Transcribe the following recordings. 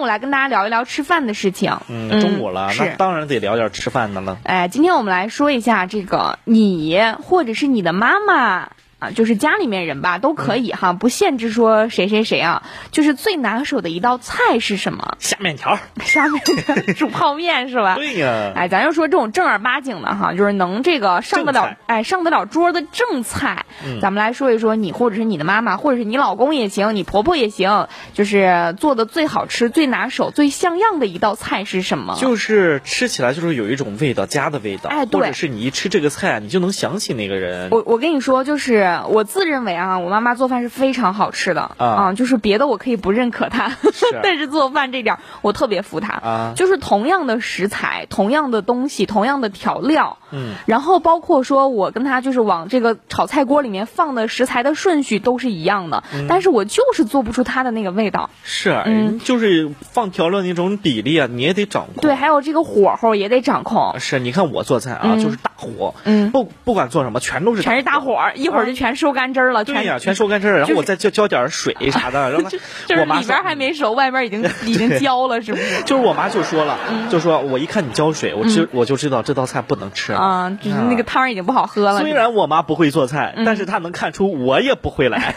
午来跟大家聊一聊吃饭的事情。嗯，中午了，那是当然得聊点吃饭的了。哎，今天我们来说一下这个你或者是你的妈妈啊，就是家里面人吧，都可以哈，不限制说谁谁谁啊。就是最拿手的一道菜是什么？下面条儿， 下面的煮泡面是吧？对呀， 哎，咱就说这种正儿八经的哈，就是能这个上得正了菜，哎，上得了桌的正菜。嗯咱们来说一说你，或者是你的妈妈，或者是你老公也行，你婆婆也行，就是做的最好吃、最拿手、最像样的一道菜是什么？就是吃起来就是有一种味道，家的味道，哎对或者是你一吃这个菜，你就能想起那个人。我我跟你说，就是我自认为啊，我妈妈做饭是非常好吃的啊、就是别的我可以不认可她， 但是做饭这点儿我特别服她。啊，就是同样的食材、同样的东西、同样的调料，嗯，然后包括说我跟她就是往这个炒菜锅里面放的食材的顺序都是一样的，嗯但是我就是做不出她的那个味道。是，啊嗯就是放调料那种比例啊，你也得掌控。对，还有这个火候也得掌控，啊是你看我做菜啊，嗯就是大火，嗯不不管做什么，全都是全是大火。火，一会儿就全收干汁儿了，啊对呀、全全收干汁儿，然后就是我再浇浇点儿水啥 的，然后她就是我妈里边说儿还没熟，外边儿已 经已经焦了，是不是？就是我妈就说了，嗯就说我一看你浇水，我知、我就知道这道菜不能吃。啊，就是那个汤儿已经不好喝了，虽然我妈不会做菜，嗯但是她能看出我也不 会来。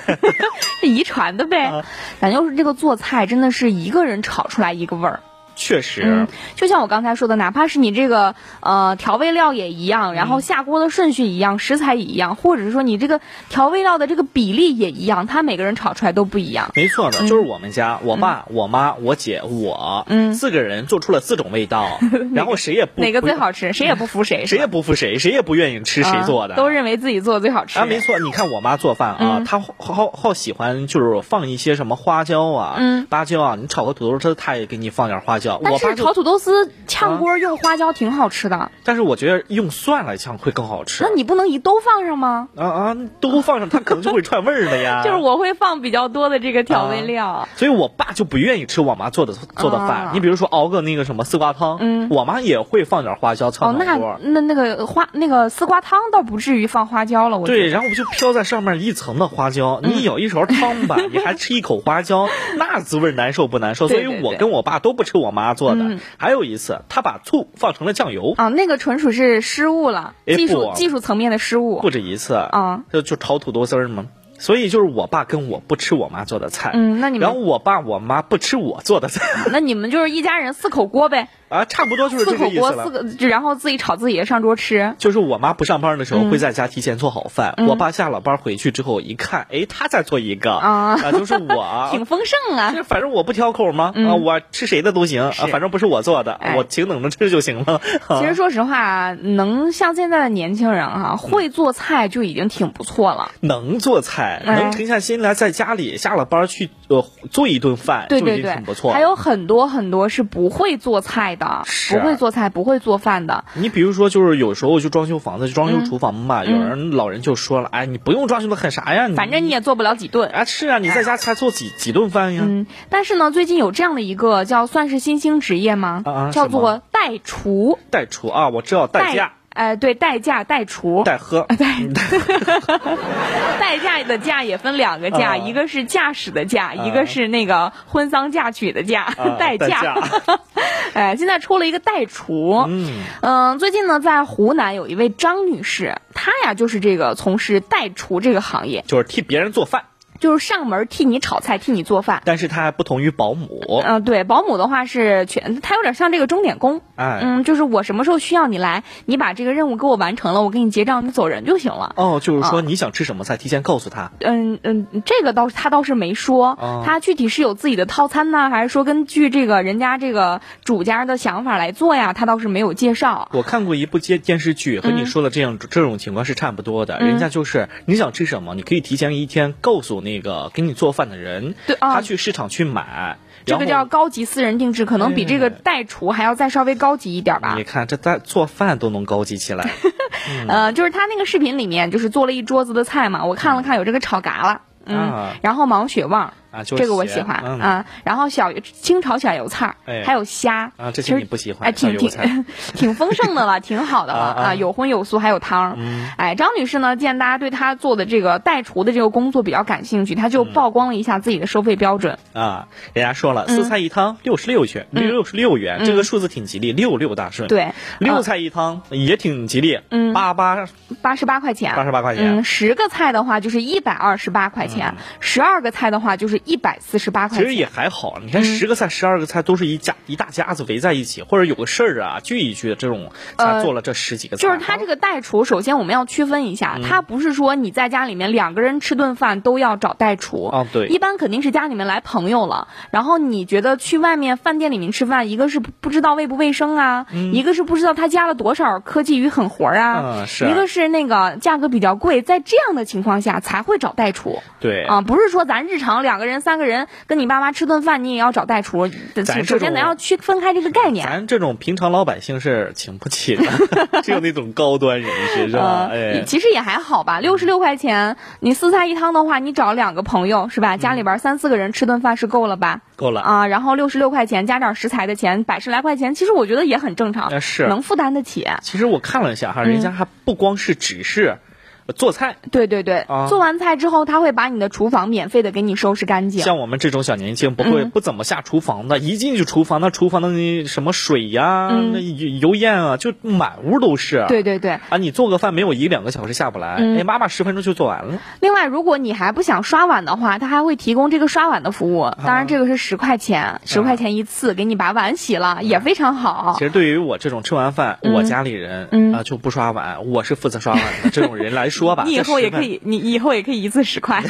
是遗传的呗啊。咱就是这个做菜，真的是一个人炒出来一个味儿。确实，嗯，就像我刚才说的，哪怕是你这个呃调味料也一样，然嗯后下锅的顺序一样，食材也一样，或者是说你这个调味料的这个比例也一样，它每个人炒出来都不一样。没错的，就是我们家，我爸、我妈、我姐、我，嗯四个人做出了四种 味道，然后谁也不哪个最不好吃，谁也不服谁，谁也不服谁，谁也不愿意吃谁啊做的，都认为自己做的最好吃。啊，没错，你看我妈做饭啊，嗯她好好好喜欢就是放一些什么花椒啊、嗯芭椒啊，你炒个土豆丝，她也给你放点花椒。但我爸是就，炒土豆丝啊炝锅用花椒挺好吃的，但是我觉得用蒜来炝会更好吃。那你不能一都放上吗？啊啊，都放上，它可能就会串味儿了呀。 就是，我会放比较多的这个调啊味料。所以我爸就不愿意吃我妈做的做的饭。啊你比如说熬个那个什么丝瓜汤，嗯我妈也会放点花椒哦，炝那脑锅。那那个花那个丝瓜汤倒不至于放花椒了，我觉得嗯对，然后就飘在上面一层的花椒，你舀一勺汤吧，你还吃一口花 椒，那滋味儿难受不难受？所对以对我对跟我爸都不吃我妈做的嗯。还有一次，他把醋放成了酱油，啊，那个纯属是失误了，哎技不术啊技术层面的失误不止一次，啊。就就炒土豆丝儿嘛。所以就是我爸跟我不吃我妈做的菜，嗯，那你然后们我爸我妈不吃我做的 菜那你们就是一家人四口锅呗，啊，差不 多就是四这个口意思锅四了。个，然后自己炒自己的上桌吃。就是我妈不上班的时候会在家提前做好饭，嗯我爸下了班回去之后一看，哎，他再做一个啊就是 我挺丰盛啊！这反正我不挑口嘛，嗯啊，我吃谁的都行，啊，反正不是我做的，哎我请等着吃就行了。 其实说实话啊，能像现在的年轻人哈、嗯会做菜就已经挺不错了。能做菜，哎能沉下心来，在家里下了班去呃做一顿饭，对就对已经对，很不错还了。有很多很多是不会做菜的，是啊不会做菜、不会做饭的。你比如说，就是有时候就装修房子，就装修嗯厨房嘛，有人老人就说了，哎，你不用装修的很啥呀，你反正你也做不了几顿。啊是啊，你在家才做几几顿饭呀？嗯，但是呢，最近有这样的一个叫算是新兴职业吗？啊啊叫什么做代厨，代厨啊，我知道代驾、哎、对，代驾、代厨、代喝， 代驾的驾也分两个驾，啊一个是驾驶的驾，一啊个是那个婚丧嫁娶的嫁，啊 代代驾。哎，现在出了一个代厨，嗯，嗯，最近呢，在湖南有一位张女士，她呀就是这个从事代厨这个行业，就是替别人做饭，就是上门替你炒菜、替你做饭。但是他还不同于保姆，嗯、对，保姆的话是全，她有点像这个钟点工，哎，嗯，就是我什么时候需要你来，你把这个任务给我完成了，我给你结账，你走人就行了。哦，就是说啊你想吃什么菜，提前告诉他。嗯嗯，这个倒是他倒是没说哦，他具体是有自己的套餐呢，还是说根据这个人家这个主家的想法来做呀？他倒是没有介绍。我看过一部电电视剧，和你嗯说的这样、这种情况是差不多的。人家就是你想吃什么，你可以提前一天告诉那个给你做饭的人，对啊他去市场去买。这个然叫后嗯高级私人定制，可能比这个对代厨还要再稍微高级一点吧。你看，这在做饭都能高级起来，呃，就是他那个嗯视频里面，就是做了一桌子的菜嘛，我看了看，有这个炒嘎啦，嗯，啊然后毛血旺，啊，就是这个我咸喜欢、嗯啊。然后小清炒小油菜儿、哎还有虾啊，这其些实你不喜欢，哎，挺小油挺菜 挺丰盛的了，挺好的了 啊啊啊，有荤有素，还有汤儿。嗯哎，张女士呢，见大家对她做的这个代厨的这个工作比较感兴趣，她就嗯曝光了一下自己的收费标准。啊，人家说嗯了，四菜一汤六十六元，六十六元，这个数字挺吉利，六六大顺。，对，六菜一汤也挺吉利，啊嗯八八八十八块钱。八十八块钱。嗯，十个菜的话就是一百二十八块钱，十二、个菜的话就是一百四十八块嗯其钱。实也还好，嗯你看十个菜、十二个菜都是一家一大家子围在一起，或者有个事儿啊聚一聚的这种，才呃做了这十几个菜。就是他这个代厨，首先我们要区分一嗯下，他不是说你在家里面两个人吃顿饭都要找代厨。啊，对，一般肯定是家里面来朋友了，然后你觉得去外面饭店里面吃饭，一个是不不知道卫不卫生啊，一个是不知道他加了多少科技与狠活儿啊，嗯是一个是那个价格比较贵，在这样的情况下才会找代厨对啊，不是说咱日常两个人、三个人跟你爸妈吃顿饭，你也要找代厨，这首先种咱要区分开这个概念。咱这种平常老百姓是请不起的， 只有那种高端人士是吧？也哎，呃其实也还好吧，六十六块钱，你四菜一汤的话，你找两个朋友是吧？家里边儿三四个人吃顿饭是够了吧？够了，啊，然后六十六块钱加点食材的钱，百十来块钱，其实我觉得也很正常，那哎是能负嗯担得起。其实我看了一下哈，人家还不光是只是呃做菜，对对对，啊做完菜之后，他会把你的厨房免费的给你收拾干净。像我们这种小年轻不嗯会不怎么下厨房的，一进去厨房，那厨房的那什么水呀、那油油烟啊，就满屋都是。嗯对对对，啊，你做个饭没有一两个小时下不来，嗯哎，妈妈十分钟就做完了。另外，如果你还不想刷碗的话，他还会提供这个刷碗的服啊务，当然这个是十块钱，十、块钱一次，给你把碗洗了，也非常好啊其。实对于我这种吃完饭，我家里人啊、嗯就不刷碗，我是负责刷碗的这种人来说吧 ，你以这后十也可分 以，你以后也可以一次十块。